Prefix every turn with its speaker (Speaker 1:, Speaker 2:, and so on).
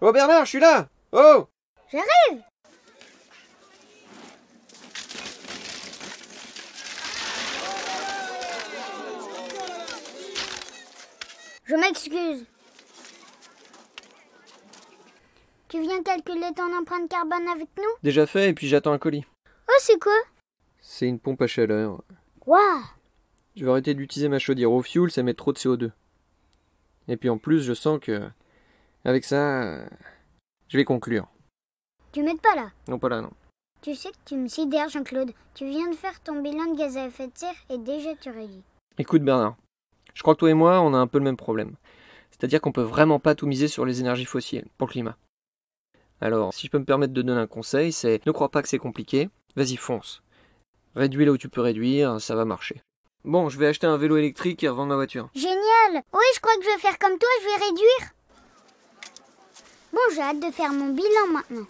Speaker 1: Oh Bernard, je suis là Oh
Speaker 2: J'arrive Je m'excuse. Tu viens calculer ton empreinte carbone avec nous
Speaker 1: Déjà fait, et puis j'attends un colis.
Speaker 2: Oh, c'est quoi
Speaker 1: C'est une pompe à chaleur.
Speaker 2: Waouh
Speaker 1: Je vais arrêter d'utiliser ma chaudière au fioul, ça met trop de CO2. Et puis en plus, je sens que. Avec ça. Je vais conclure.
Speaker 2: Tu m'aides pas là.
Speaker 1: Non, pas là, non.
Speaker 2: Tu sais que tu me sidères, Jean-Claude. Tu viens de faire ton bilan de gaz à effet de serre et déjà tu rayes.
Speaker 1: Écoute Bernard, je crois que toi et moi, on a un peu le même problème. C'est-à-dire qu'on peut vraiment pas tout miser sur les énergies fossiles pour le climat. Alors, si je peux me permettre de donner un conseil, c'est ne crois pas que c'est compliqué, vas-y fonce. Réduis là où tu peux réduire, ça va marcher. Bon, je vais acheter un vélo électrique et revendre ma voiture.
Speaker 2: Génial Oui, je crois que je vais faire comme toi, je vais réduire. Bon, j'ai hâte de faire mon bilan maintenant.